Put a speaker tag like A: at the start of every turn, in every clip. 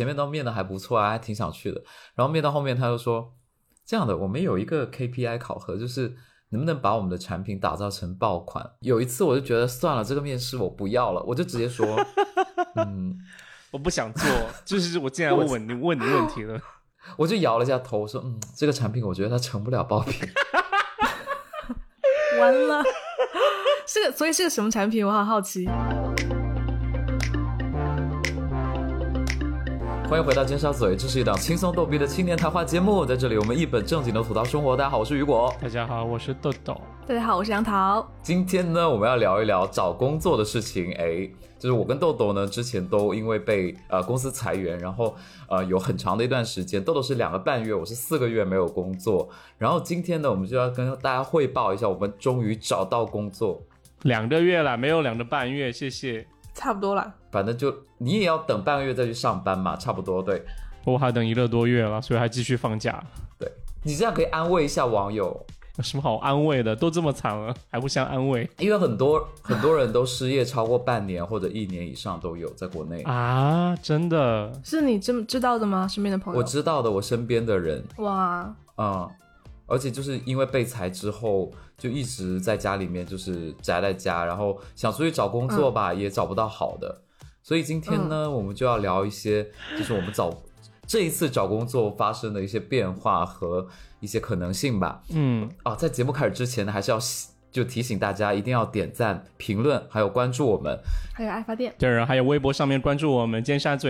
A: 前面都面的还不错啊，还挺想去的。然后面到后面他就说，这样的，我们有一个 KPI 考核，就是能不能把我们的产品打造成爆款。有一次我就觉得算了，这个面试我不要了，我就直接说， 嗯，
B: 我不想 做，就是我竟然问我你问你问题了，
A: 我就摇了一下头，我说，嗯，这个产品我觉得它成不了爆品。
C: 完了， 是个所以是个什么产品？我好好奇。
A: 欢迎回到尖沙咀，这是一档轻松逗逼的青年谈话节目，在这里我们一本正经的吐槽生活。大家好，我是雨果。
B: 大家好，我是豆豆。
C: 大家好，我是杨桃。
A: 今天呢，我们要聊一聊找工作的事情。哎，就是我跟豆豆呢，之前都因为被呃公司裁员，然后呃有很长的一段时间，豆豆是两个半月，我是四个月没有工作。然后今天呢，我们就要跟大家汇报一下，我们终于找到工作，
B: 两个月了，没有两个半月，谢谢。
C: 差不多了，
A: 反正就你也要等半个月再去上班嘛，差不多对。
B: 我还等一个多月了，所以还继续放假，
A: 你这样可以安慰一下网友，
B: 有什么好安慰的？都这么惨了，还互相安慰
A: 因为很多很多人都失业超过半年或者一年以上都有，在国内。
B: 啊！真的，
C: 是你知知道的吗？身边的朋友？
A: 我知道的，我身边的人，
C: 哇，
A: 嗯，而且就是因为被裁之后，就一直在家里面就是宅在家，然后想出去找工作吧，也找不到好的。所以今天呢，我们就要聊一些，就是我们找这一次找工作发生的一些变化和一些可能性吧。
B: 嗯，
A: 啊，在节目开始之前呢，还是要就提醒大家一定要点赞、评论，还有关注我们。
C: 还有爱发电，
B: 对，然后还有微博上面关注我们尖沙咀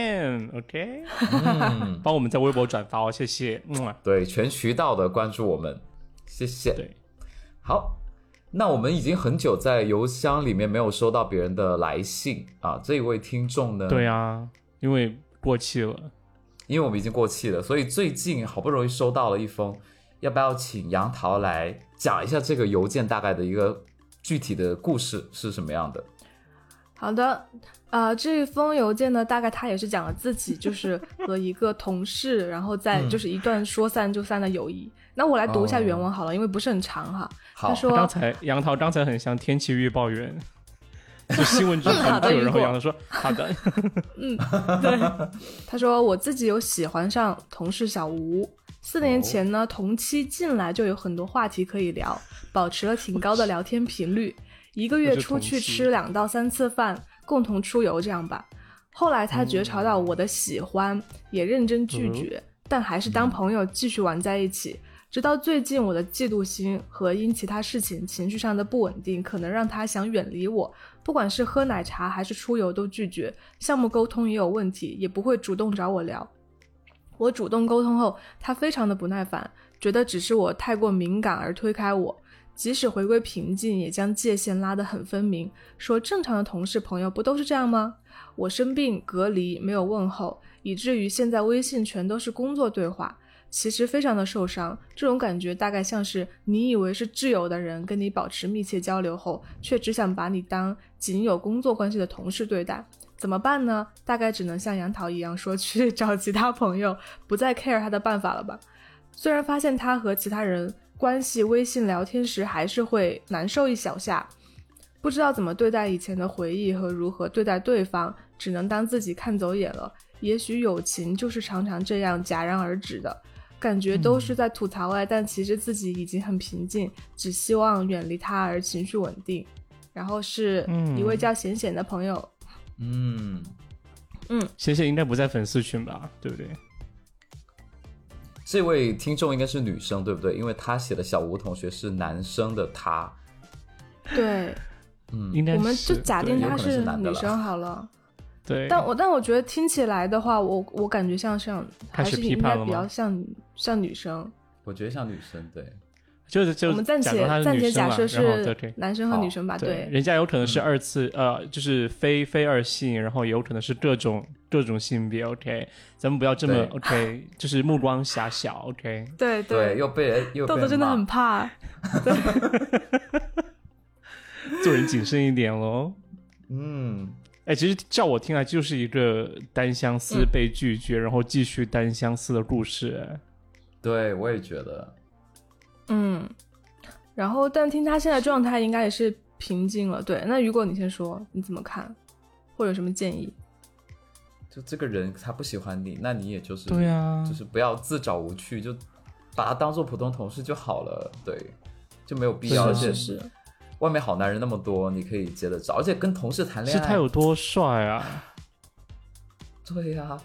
B: FM，OK，、
A: 嗯，
B: 帮我们在微博转发哦，谢谢。嗯，
A: 对，全渠道的关注我们，谢谢。
B: 对，
A: 好，那我们已经很久在邮箱里面没有收到别人的来信啊。这一位听众呢，
B: 对啊，因为过期了，
A: 因为我们已经过期了，所以最近好不容易收到了一封，要不要请杨桃来讲一下这个邮件大概的一个具体的故事是什么样的？
C: 好的，呃，这封邮件呢，大概他也是讲了自己就是和一个同事，然后在
A: 嗯
C: 就是一段说散就散的友谊。那我来读一下原文好了，因为不是很长哈。
A: 哦好
C: 他说
B: 刚才杨桃刚才很像天气预报 员，就新闻转
C: 好
B: 很
C: 的
B: 久，
C: 雨
B: 然后
C: 果
B: 杨桃说好的，
C: 他说我自己有喜欢上同事小吴。四
B: 哦
C: 年前呢，同期进来就有很多话题可以聊，保持了挺高的聊天频率。一个月
B: 那
C: 出去
B: 是同期
C: 吃两到三次饭，共同出游这样吧。后
B: 嗯
C: 来他觉察到我的喜欢，也认真拒绝，但还是当朋友继续玩在一起。直到最近，我的嫉妒心和因其他事情情绪上的不稳定，可能让他想远离我。不管是喝奶茶还是出游都拒绝，项目沟通也有问题，也不会主动找我聊。我主动沟通后，他非常的不耐烦，觉得只是我太过敏感而推开我。即使回归平静，也将界限拉得很分明，说正常的同事朋友不都是这样吗？我生病隔离，没有问候，以至于现在微信全都是工作对话，其实非常的受伤。这种感觉大概像是你以为是挚友的人跟你保持密切交流后，却只想把你当仅有工作关系的同事对待。怎么办呢？大概只能像杨桃一样说去 找其他朋友，不再 care 他的办法了吧。虽然发现他和其他人关系微信聊天时还是会难受一小下，不知道怎么对待以前的回忆和如何对待对方，只能当自己看走眼了。也许友情就是常常这样戛然而止的，感觉都是在吐槽哎，但其实自己已经很平静，只希望远离他而情绪稳定。然后是
B: 嗯
C: 一位叫显显的朋友，
A: 嗯，
B: 谢谢，应该不在粉丝群吧，对不对？
A: 这位听众应该是女生对不对？因为她写的小吴同学是男生的他，
C: 对，
A: 嗯，
B: 应该
C: 我们
B: 是
C: 就假定
B: 对
A: 有
C: 她
A: 可能是男的了
C: 女生好了。
B: 对，
C: 但我但我觉得听起来的话，我我感觉像像
B: 开
C: 还
B: 始
C: 是
B: 批
C: 应
B: 判
C: 该
B: 了
C: 比
B: 吗
C: 较像像女生。
A: 我觉得像女生对。
B: 就是就
C: 我们暂
B: 假
C: 且
B: 装她是
C: 暂
B: 女
C: 且
B: 生
C: 假
B: 嘛
C: 设
B: 然后对
C: 是
B: 对
C: 男生和
A: 好
C: 女生吧，
B: 对，
C: 对，
B: 人家有可
A: 嗯
B: 能是二次、呃，就是非非二性，然后也有可能是各种各种性别，OK，咱们不要这么
A: 对
B: OK，就是目光狭小，OK，
C: 对
A: 对，又被人又被
C: 豆
A: 人
C: 豆真的
A: 骂
C: 很怕，
B: 做人谨慎一点喽。
A: 嗯，
B: 哎，其实照我听来，就是一个单相
C: 嗯
B: 思被拒绝，然后继续单相思的故事。哎
A: 对，我也觉得，
C: 嗯。然后，但听他现在状态，应该也是平静了。对，那如果你先说，你怎么看，或者有什么建议？
A: 就这个人他不喜欢你，那你也就是
B: 对啊
A: 就是不要自找无趣，就把他当做普通同事就好了，对，就没有必要。
B: 是
A: 而
B: 是
A: 且
C: 是
A: 外面好男人那么多，你可以接着找，而且跟同事谈恋
B: 是
A: 爱，
B: 他有多帅啊？
A: 对呀、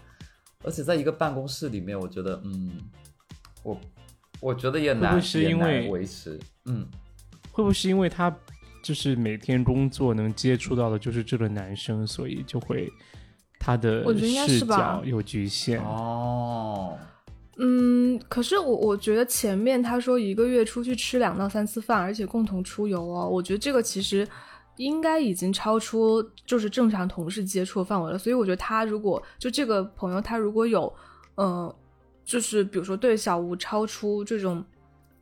A: 而且在一个办公室里面，我觉得，嗯，我我觉得也
B: 会不
A: 难，
B: 会是
A: 也
B: 因为
A: 难维持，嗯，
B: 会不会是因为他就是每天工作能接触到的就是这个男生，所以就会他的
C: 我觉得应该
B: 视
C: 是吧
B: 角有局限？
A: 哦，
C: 嗯，可是我我觉得前面他说一个月出去吃两到三次饭，而且共同出游哦，我觉得这个其实应该已经超出就是正常同事接触的范围了。所以我觉得他如果就这个朋友，他如果有，嗯、就是比如说对小吴超出这种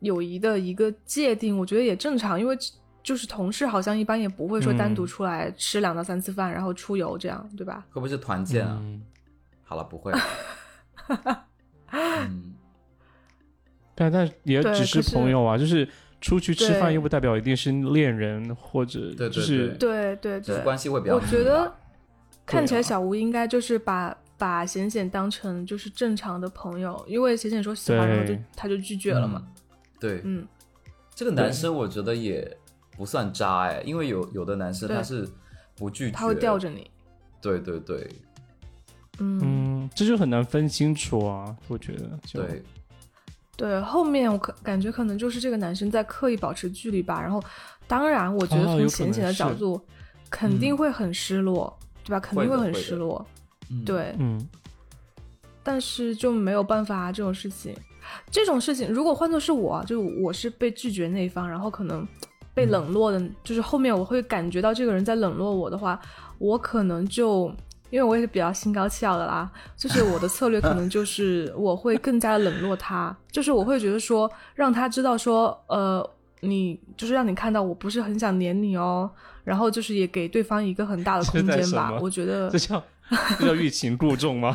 C: 友谊的一个界定，我觉得也正常，因为就是同事好像一般也不会说单独
B: 嗯
C: 出来吃两到三次饭，然后出游这样，对吧？
A: 会不会是团建啊？
B: 嗯
A: 好了，不 会了，嗯，
B: 但但也
C: 对
B: 只
C: 可
B: 是
C: 是
B: 朋友啊，就是出去吃饭
C: 对
B: 又不代表一定是恋人或者
A: 对对
B: 就是
C: 对对
A: 就
C: 对，
A: 是关系会比较
C: 我
A: 密
C: 觉得
A: 吧
C: 看起
B: 对啊
C: 来小吴应该就是把把显显当成就是正常的朋友，因为显显说喜欢，然后就
B: 对
C: 他就拒绝了嘛。
A: 嗯对，
C: 嗯，
A: 这个男生我觉得也不算渣哎，因为有有的男生
C: 对
A: 他是不拒绝，
C: 他会吊着你。
A: 对对对
C: 嗯，
B: 嗯，这就很难分清楚啊，我觉得就
A: 对，
C: 对。后面我可感觉可能就是这个男生在刻意保持距离吧。然后，当然，我觉得
B: 哦有
C: 从
B: 可能
C: 显显的角
B: 是嗯
C: 度，肯定会很失落，对吧？肯定
A: 会的
C: 很
A: 会的
C: 失落。
A: 嗯，
C: 对，
B: 嗯，
C: 但是就没有办法、啊、这种事情，这种事情如果换作是我，就我是被拒绝那一方，然后可能
B: 嗯
C: 被冷落的，就是后面我会感觉到这个人在冷落我的话，我可能就因为我也是比较心高气傲的啦，就是我的策略可能就是我会更加冷落他，就是我会觉得说让他知道说呃。你就是让你看到我不是很想黏你哦，然后就是也给对方一个很大的
B: 这
C: 空
B: 在
C: 间
B: 什
C: 吧
B: 么。
C: 我觉得
B: 这叫这叫欲擒故纵吗？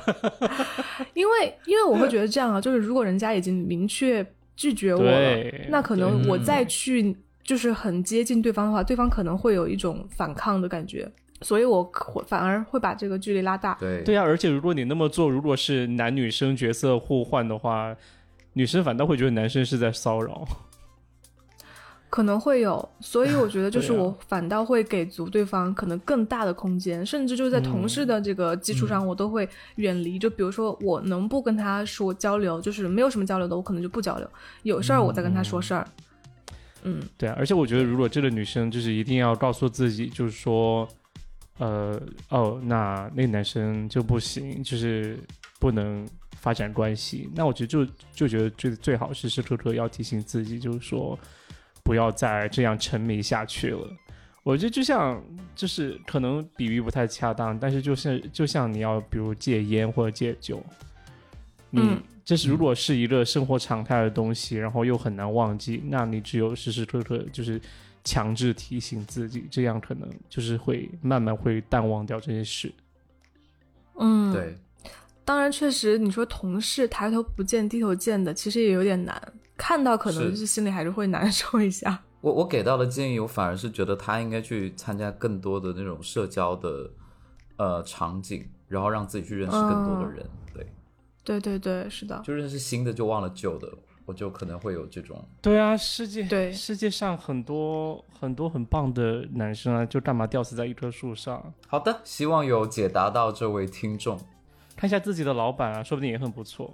C: 因为因为我会觉得这样啊，就是 如果人家已经明确拒绝我了，
B: 对，嗯
C: 那可能
A: 对
C: 我再去就是很接近对方的话，对方可能会有一种反抗的感觉，所以我可反而会把这个距离拉大。
A: 对
B: 对啊，而且如果你那么做，如果是男女生角色互换的话，女生反倒会觉得男生是在骚扰。
C: 可能会有，所以我觉得就是
B: 对啊
C: 我反倒会给足对方可能更大的空间，甚至就是在同事
B: 嗯
C: 的这个基础上，我都会远离。就比如说，我能不跟他说交流，就是没有什么交流的，我可能就不交流，有事儿我再跟他说事儿。嗯，
B: 对啊，而且我觉得如果这个女生就是一定要告诉自己，就是说，呃，哦，那那个男生就不行，就是不能发展关系。那我觉得就就觉得最最好时时刻刻要提醒自己，就是说不要再这样沉迷下去了。我觉得就像就是可能比喻不太恰当，但是就是就像你要比如戒烟或者戒酒，你、
C: 嗯
B: 这是如果是一个生活常态的东西，然后又很难忘记，那你只有时时刻刻就是强制提醒自己，这样可能就是会慢慢会淡忘掉这些事。
C: 嗯，
A: 对，
C: 当然，确实，你说同事抬头不见低头见的，其实也有点难。看到可能
A: 是
C: 就是心里还是会难受一下。
A: 我我给到的建议，我反而是觉得他应该去参加更多的那种社交的呃场景，然后让自己去认识更多
C: 嗯
A: 的人，对，
C: 对对对，是 的，
A: 就认识新的就忘了旧的，我就可能会有这种，
B: 对啊，世界
C: 对
B: 世界上很多很多很棒的男生啊，就干嘛吊死在一棵树上？
A: 好的，希望有解答到这位听众。
B: 看一下自己的老板啊，说不定也很不错。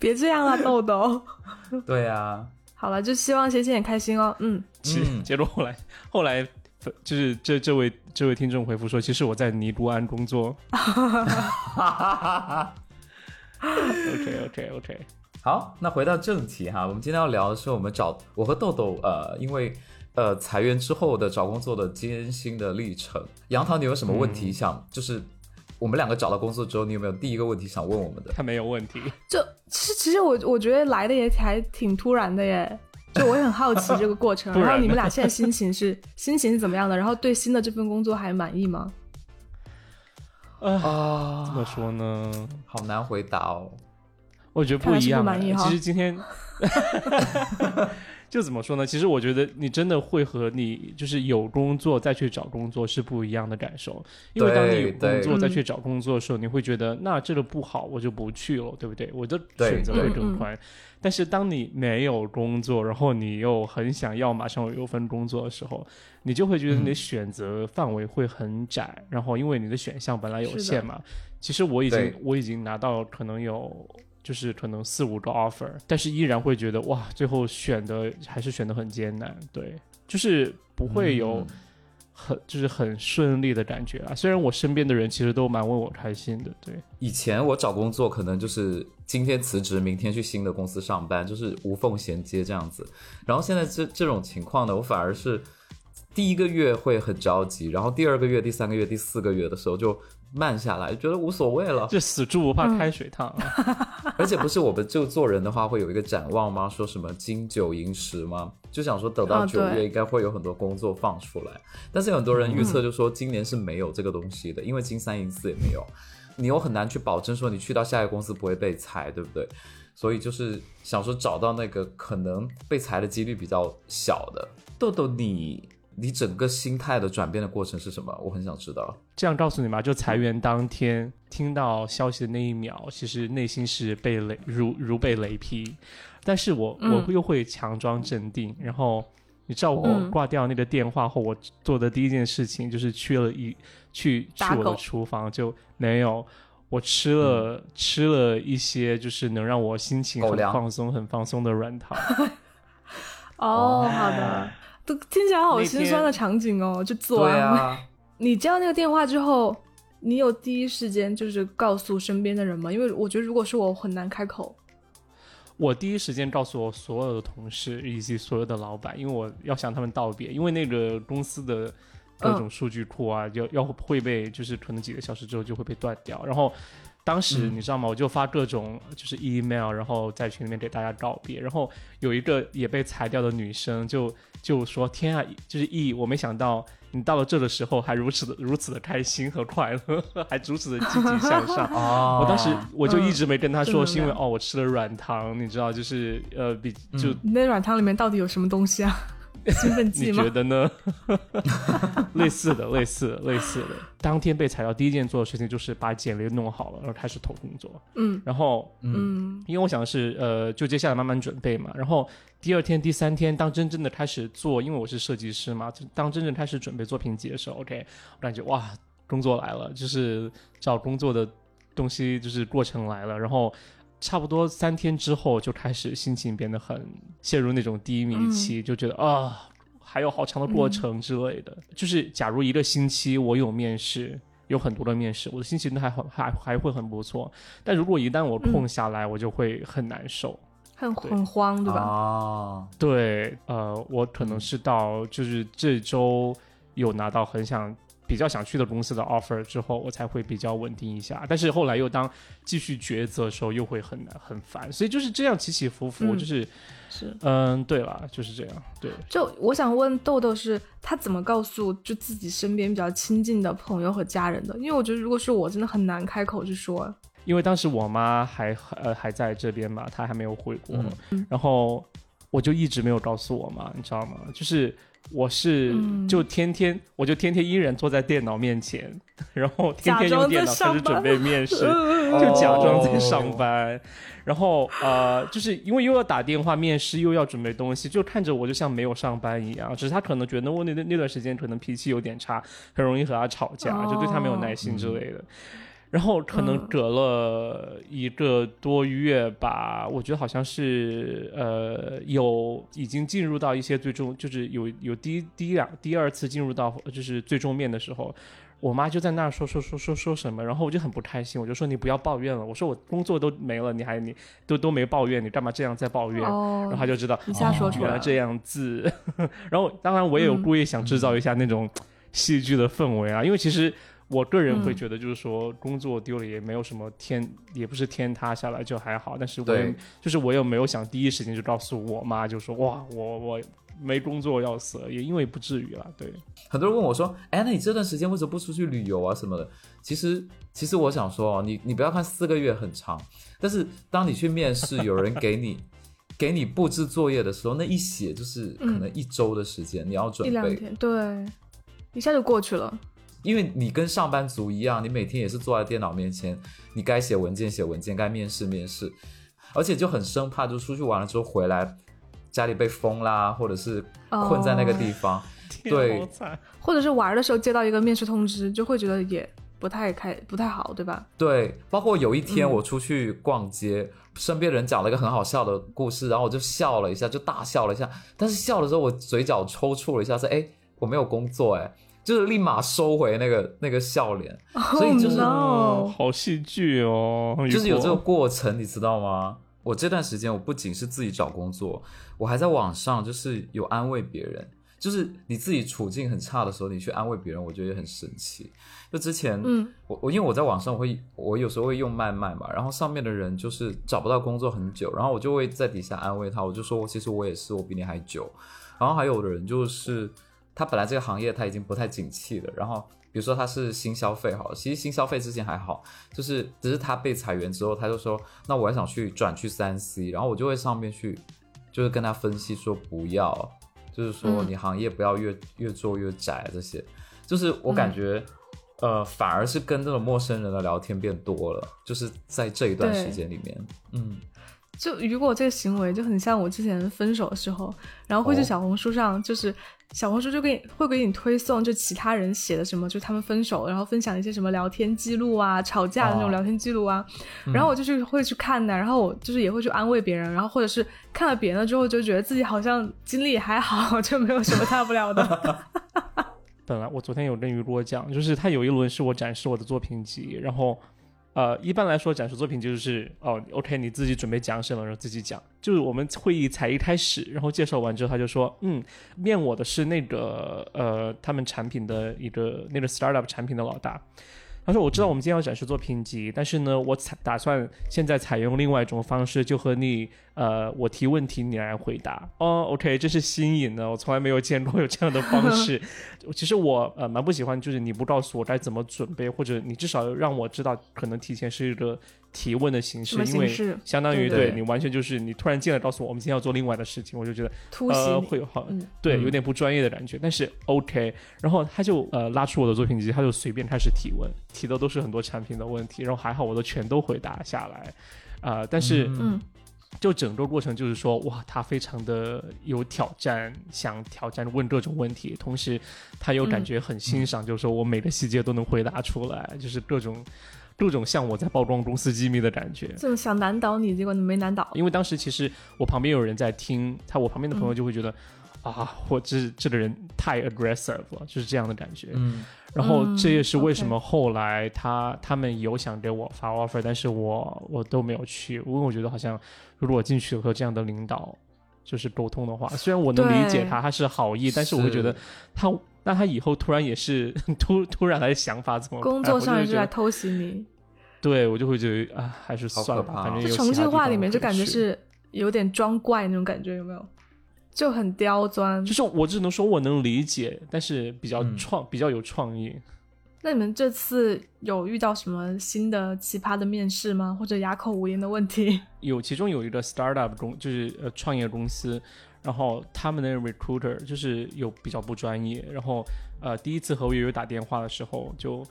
C: 别这样啊，豆豆。 嗯
A: 对啊，
C: 好了，就希望贤贤也开心哦。嗯，
B: 其
A: 嗯
B: 结果后来后来就是这这位这位听众回复说，其实我在尼姑庵工作。OK OK OK，
A: 好，那回到正题哈，我们今天要聊的是我们找我和豆豆呃，因为呃裁员之后的找工作的艰辛的历程。杨桃，你有什么问题想？就是我们两个找到工作之后，你有没有第一个问题想问我们的？
B: 他没有问题。
C: 就其实其实我我觉得来的也还挺突然的耶。就我也很好奇这个过程，
B: 突然
C: 然后你们俩现在心情是心情是怎么样的？然后对新的这份工作还满意吗？
A: 啊
B: 怎么说呢？
A: 好难回答哦。
B: 我觉得不一样啊。
C: 看来是不满意哈
B: 其实今天， 就怎么说呢？其实我觉得你真的会和你就是有工作再去找工作是不一样的感受，因为当你有工作
C: 对
B: 再去找工作的时候，你会觉得那这个不好，我就不去了，对不对？我的选择会
C: 嗯
B: 更宽。但是当你没有工作，然后你又很想要马上有份工作的时候，你就会觉得你的选择范围会很窄，然后因为你的选项本来有
C: 是的
B: 限嘛。其实我已经
A: 对
B: 我已经拿到可能有就是可能四五个 offer，但是依然会觉得哇，最后选的还是选的很艰难，对，就是不会有
A: 嗯
B: 很、就是很顺利的感觉啊。虽然我身边的人其实都蛮为我开心的，对，
A: 以前我找工作可能就是今天辞职，明天去新的公司上班，就是无缝衔接这样子。然后现在这这种情况呢，我反而是第一个月会很着急，然后第二个月、第三个月、第四个月的时候就慢下来，觉得无所谓了。
B: 这死猪不怕开水烫、啊。
A: 而且不是我们就做人的话会有一个展望吗？说什么金九银十吗？就想说等到
C: 啊
A: 九
C: 对
A: 月应该会有很多工作放出来，但是有很多人预测就说今年是没有这个东西的，因为金三银四也没有，你又很难去保证说你去到下一个公司不会被裁，对不对？所以就是想说找到那个可能被裁的几率比较小的。豆豆你，你整个心态的转变的过程是什么？我很想知道。
B: 这样告诉你吧，就
C: 嗯
B: 裁员当天听到消息的那一秒，其实内心是被雷如如被雷劈，但是我、
C: 嗯
B: 我又会强装镇定，然后。你知道我
C: 嗯
B: 挂掉那个电话后，我做的第一件事情就是去了一去去
C: 打
B: 我的
C: 狗嗯
B: 厨房，就没有我吃了、吃了一些就是能让我心情
A: 狗
B: 很
A: 粮
B: 放松、很放松的软糖。
C: 哦，好的，都听起来好
B: 那
C: 心酸的
B: 天
C: 场景哦，就自我
A: 对
C: 安慰。
A: 啊，
C: 你接到那个电话之后，你有第一时间就是告诉身边的人吗？因为我觉得如果是我，我很难开口。
B: 我第一时间告诉我所有的同事以及所有的老板，因为我要向他们道别，因为那个公司的各种数据库啊，要要会被就是可能几个小时之后就会被断掉。然后当时
A: 嗯
B: 你知道吗？我就发各种就是 email，然后在群里面给大家告别。然后有一个也被裁掉的女生就就说：“天啊，就是 E，我没想到你到了这的时候还如此的如此的开心和快乐， 还如此的积极向上。”
A: 哦
B: 我当时我就
C: 嗯
B: 一直没跟他说，
C: 正能
B: 是因为
C: 量
B: 哦，我吃了软糖，你知道，就是呃，比就、
A: 嗯
C: 你那软糖里面到底有什么东西啊？ 兴奋剂
B: 你
C: 吗
B: 觉？得呢？类似的，类似的，类似的。当天被裁掉，第一件做的事情就是把简历弄好了，然后开始投工作。
C: 嗯
B: 然后
C: 嗯
B: 因为我想的是，呃，就接下来慢慢准备嘛。然后第二天、第三天，当真正的开始做，因为我是设计师嘛，就当真正开始准备作品集的时候，OK，我感觉哇，工作来了，就是找工作的东西，就是过程来了。然后差不多三天之后，就开始心情变得很陷入那种低迷期，就觉得啊，还有好长的过程之类的。就是假如一个星期我有面试。有很多的面试，我的心情都还好还还会很不错，但如果一旦我空下来，我就会很难受。
C: 很
B: 对啊
C: 很慌，嗯对吧？
A: 哦
B: 对，呃，我可能是到就是这周有拿到很想比较想去的公司的 offer 之后，我才会比较稳定一下。但是后来又当继续抉择的时候，又会很难很烦。所以就是这样起起伏伏，
C: 嗯
B: 就是
C: 是。
B: 嗯，对了，就是这样。对，
C: 就我想问豆豆是，他怎么告诉就自己身边比较亲近的朋友和家人的？因为我觉得如果是我，真的很难开口去说。
B: 因为当时我妈还呃还在这边嘛，她还没有回国，
A: 嗯
B: 然后我就一直没有告诉我妈，你知道吗？就是我是、
C: 嗯
B: 就天天我就天天依然坐在电脑面前，然后天天
C: 假装
B: 用
C: 在
B: 电脑开始
C: 上班
B: 准备面 试，
C: 嗯
B: 就假装在上
A: 哦
B: 班，然后呃，就是因为又要打电话面试，又要准备东西，就看着我就像没有上班一样。只是他可能觉得我那段那段时间可能脾气有点差，很容易和他吵架，就对他没有耐心之类的。然后可能
C: 嗯
B: 隔了一个多月吧，我觉得好像是呃有已经进入到一些最终，就是有有第一第一两第二次进入到就是最终面的时候，我妈就在那儿说说说说说什么，然后我就很不开心，我就说你不要抱怨了，我说我工作都没了，你还你都都没抱怨，你干嘛这样在抱怨？然后
C: 哦，
B: 她就知道
C: 一下说
A: 哦
C: 出
B: 原
C: 来
B: 来
C: 了，
B: 这样子， 然后当然我也有
C: 嗯
B: 故意想制造一下那种戏剧的氛围啊，因为其实我个人会
C: 嗯
B: 觉得就是说工作丢了也没有什么天，也不是天塌下来就还好，但是我
A: 对
B: 也就是我也没有想第一时间就告诉我妈，就说哇我我没工作要死了，也因为不至于啦，对，
A: 很多人问我说：“哎，那你这段时间为什么不出去旅游啊什么的？”其实，其实我想啊说哦，你你不要看四个月很长，但是当你去面试，有人给你 给你布置作业的时候，那一写就是可能一周的时间，你要
C: 一
A: 准
C: 两
A: 备，
C: 天，对，一下就过去了。
A: 因为你跟上班族一样，你每天也是坐在电脑面前，你该写文件写文件，该面试面试，而且就很生怕，就出去玩了之后回来，家里被封啦，或者是困在那
C: 哦
A: 个地方。
B: 天
A: 对
B: 好惨
C: 或者是玩的时候接到一个面试通知，就会觉得也不太开不太好，对吧？
A: 对，包括有一天
C: 嗯
A: 我出去逛街，身边人讲了一个很好笑的故事，然后我就笑了一下，就大笑了一下。但是笑的时候，我嘴角抽搐了一下，是哎，我没有工作哎，就是立马收回那个那个笑脸。 所以就是嗯
C: Oh no
B: 好戏剧哦，雨
A: 就是有
B: 果
A: 这个过程，你知道吗？我这段时间，我不仅是自己找工作，我还在网上就是有安慰别人。就是你自己处境很差的时候，你去安慰别人，我觉得也很神奇。就之前，
C: 嗯，
A: 我我因为我在网上我会，我有时候会用麦麦嘛，然后上面的人就是找不到工作很久，然后我就会在底下安慰他，我就说其实我也是，我比你还久。然后还有的人就是他本来这个行业他已经不太景气了，然后比如说他是新消费好了，其实新消费之前还好，就是只是他被裁员之后，他就说那我还想去转去三 C，然后我就会上面去就是跟他分析说不要，就是说
C: 嗯
A: 你行业不要越越做越窄啊这些，就是我
C: 嗯
A: 感觉。呃，反而是跟这种陌生人的聊天变多了，就是在这一段
C: 对
A: 时间里面，嗯，
C: 就雨果这个行为就很像我之前分手的时候，然后会去
A: 哦
C: 小红书上，就是小红书就给你会给你推送就其他人写的什么，就他们分手，然后分享一些什么聊天记录啊、吵架的
A: 哦
C: 那种聊天记录啊，
B: 嗯
C: 然后我就是会去看的，然后我就是也会去安慰别人，然后或者是看了别人了之后就觉得自己好像经历也还好， 就没有什么大不了的。
B: 本来我昨天有跟雨果讲，就是他有一轮是我展示我的作品集，然后，呃，一般来说展示作品集就是哦，OK，你自己准备讲什么，然后自己讲。就是我们会议才一开始，然后介绍完之后，他就说，嗯，面我的是那个呃，他们产品的一个那个 startup 产品的老大。他说：“我知道我们今天要展示作品集，但是呢，我采打算现在采用另外一种方式，就和你呃，我提问题你来回答。哦，OK，这是新颖的，我从来没有见过有这样的方 式。其实我呃蛮不喜欢，就是你不告诉我该怎么准备，或者你至少让我知道，可能提前是一个提问的形
C: 什
B: 式
C: 么，
B: 因
C: 形
B: 为
C: 式
B: 相当于
A: 对
B: 你完全就是你突然进来告诉我，我们今天要做另外的事情，我就觉得
C: 突袭
B: 呃
C: 你？
B: 会有好
C: 嗯
B: 对
A: 嗯
B: 有点不专业的感觉，但是 OK。然后他就呃拉出我的作品集，他就随便开始提问，提的都是很多产品的问题，然后还好我都全都回答下来，呃，但是。
C: 嗯，
B: 就整个过程就是说，哇，他非常的有挑战，想挑战问各种问题，同时他又
C: 嗯
B: 感觉很欣赏，就是说我每个细节都能回答出来，就是各种各种像我在曝光公司机密的感觉。
C: 这种想难倒你，结果你没难倒。
B: 因为当时其实我旁边有人在听，他我旁边的
A: 嗯
B: 朋友就会觉得。啊，我这这个人太 aggressive 了，就是这样的感觉。
A: 嗯
B: 然后
C: 嗯
B: 这也是为什
C: OK
B: 么后来他、他们有想给我发 offer，但是我我都没有去，因为我觉得好像如果我进去和这样的领导就是沟通的话，虽然我能理解
C: 对
B: 他他是好意，但是我会觉得他那他以后突然也是突突然来的想法怎么办哎
C: 工作上
B: 我
C: 也
B: 就会
C: 是
B: 觉
C: 来
B: 得
C: 偷袭你。
B: 对我就会觉得啊，还是
A: 好
B: 算了
A: 可
B: 吧，
A: 怕
B: 反正
A: 哦
B: 也
C: 这
B: 有
C: 重
B: 其他
C: 庆
B: 地
C: 话
B: 方
C: 里面
B: 可
C: 就
B: 以
C: 感觉
B: 去
C: 是有点装怪那种感觉，有没有？就很刁钻
B: 就。是我只能说我能理解，但是比较
A: 嗯
B: 创、比较有创意。
C: 那你们这次有遇到什么新的奇葩的面试吗？或者哑口无言的问题？
B: 有其中有一个 startup 公就是呃创业公司，然后他们的 recruiter 就是有比较不专业，然后呃第一次和我友友打电话的时候就。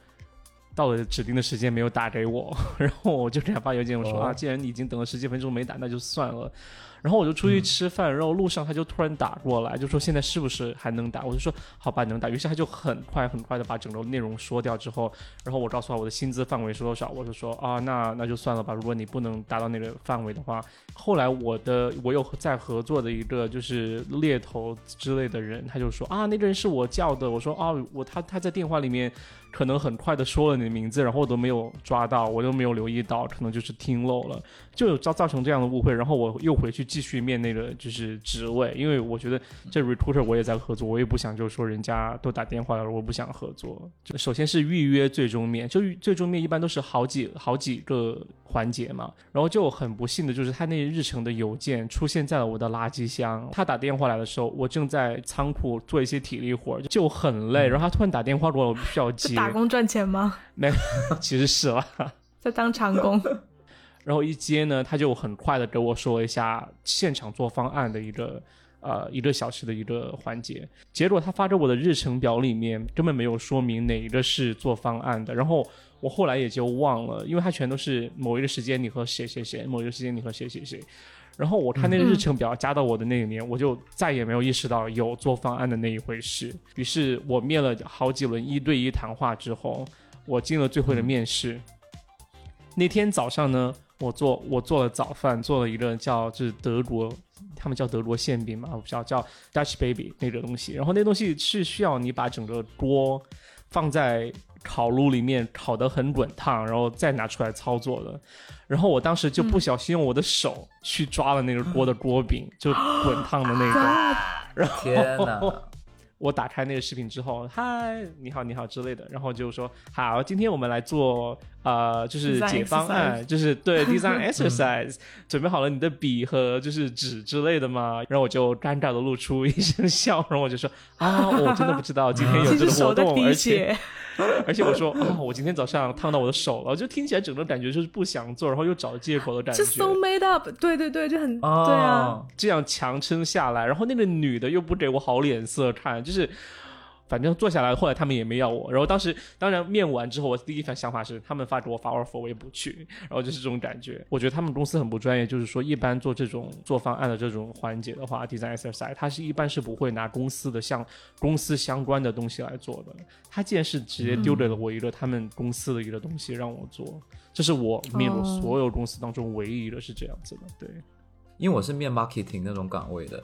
B: 到了指定的时间没有打给我，然后我就给他发邮件，我说、
A: 哦
B: 啊，既然你已经等了十几分钟没打，那就算了。然后我就出去吃饭，然后路上他就突然打过来，就说现在是不是还能打？我就说好吧，能打。于是他就很快很快的把整个内容说掉之后，然后我告诉他我的薪资范围是多少，我就说啊，那那就算了吧。如果你不能达到那个范围的话，后来我的我有在合作的一个就是猎头之类的人，他就说啊，那个人是我叫的。我说啊，我他他在电话里面可能很快的说了你的名字，然后我都没有抓到，我都没有留意到，可能就是听漏了，就有造造成这样的误会。然后我又回去继续面那个就是职位，因为我觉得这 recruiter 我也在合作，我也不想就是说人家都打电话了，我不想合作。就首先是预约最终面，就预最终面一般都是好几好几个环节嘛，然后就很不幸的就是他那日程的邮件出现在了我的垃圾箱。他打电话来的时候，我正在仓库做一些体力活儿，就很累，然后他突然打电话过来，我必须要
C: 是
B: 接，
C: 打工赚钱吗？
B: 啊其实是了。
C: 在当长工？
B: 然后一接呢，他就很快的给我说了一下现场做方案的一个呃一个小时的一个环节。结果他发给我的日程表里面根本没有说明哪一个是做方案的，然后我后来也就忘了，因为他全都是某一个时间你和谁谁谁，某一个时间你和谁谁谁。然后我看那个日程表加到我的那一年，我就再也没有意识到有做方案的那一回事。于是我面了好几轮一对一谈话之后，我进了最后的面试。那天早上呢，我做我做了早饭，做了一个叫就是德国，他们叫德国馅饼嘛，我不知道叫 Dutch Baby 那个东西。然后那东西是需要你把整个锅放在烤炉里面烤得很滚烫，然后再拿出来操作的。然后我当时就不小心用我的手去抓了那个锅的锅柄，就滚烫的那
C: 啊
B: 个。然后
A: 天哪！
B: 我打开那个视频之后，嗨，你好，你好之类的，然后就说好，今天我们来做呃，就是解方案，就是 对
C: 嗯
B: design exercise，准备好了你的笔和就是纸之类的吗？然后我就尴尬的露出一声笑，然后我就说啊，我真的不知道今天有
C: 其
B: 这
C: 实
B: 个活
C: 手在
B: 动，而
C: 滴
B: 且
C: 血，
B: 而且我说啊，我今天早上烫到我的手了，就听起来整个感觉就是不想做，然后又找借口的感觉
C: 这。so made up，对对对，就很、
A: 哦
C: 对啊，
B: 这样强撑下来，然后那个女的又不给我好脸色看，就是反正坐下来，后来他们也没要我。然后当时当然面完之后，我第一反想法是他们发给我 offer 我也不去，然后就是这种感觉。我觉得他们公司很不专业，就是说一般做这种做方案的这种环节的话，design exercise，它是一般是不会拿公司的像公司相关的东西来做的。他竟然是直接丢给了我一个他们公司的一个东西让我做，这是我面我
C: 哦
B: 所有公司当中唯一一个是这样子的，对。
A: 因为我是面 marketing 那种岗位的，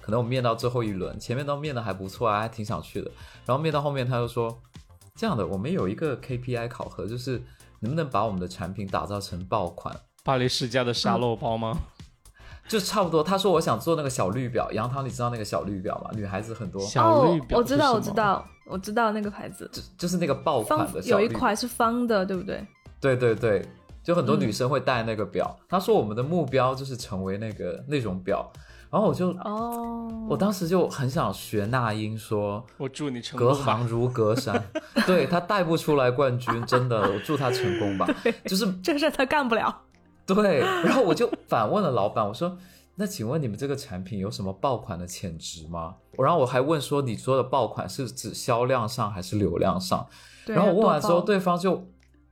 A: 可能我面到最后一轮，前面都面的还不错啊，还挺想去的。然后面到后面他就说，这样的，我们有一个 KPI 考核，就是能不能把我们的产品打造成爆款，
B: 巴黎世家的
C: 嗯
B: 沙漏包吗？
A: 就差不多。他说我想做那个小绿表，杨桃你知道那个小绿表吗？女孩子很多，
B: 小绿
C: 哦，
B: 表
C: 我知道，我
B: 是什
C: 知
B: 么，
C: 道，我知道那个牌子，
A: 就就是那个爆款
C: 方
A: 的小
C: 有
A: 绿
C: 一款是方的，对不对？
A: 对对对，就很多女生会戴那个表。
C: 嗯
A: 他说我们的目标就是成为那个那种表，然后我就、
C: 哦，
A: 我当时就很想学那英说。
B: 我祝你成
A: 隔
B: 功吧。
A: 行如隔山，对他带不出来冠军，真的，我祝他成功吧。就是
C: 这个事儿他干不了。
A: 对，然后我就反问了老板，我说：“那请问你们这个产品有什么爆款的潜质吗？”然后我还问说：“你说的爆款是指销量上还是流量上？”
C: 对啊
A: 然后我问完
C: 要多
A: 之后，
C: 包
A: 对方就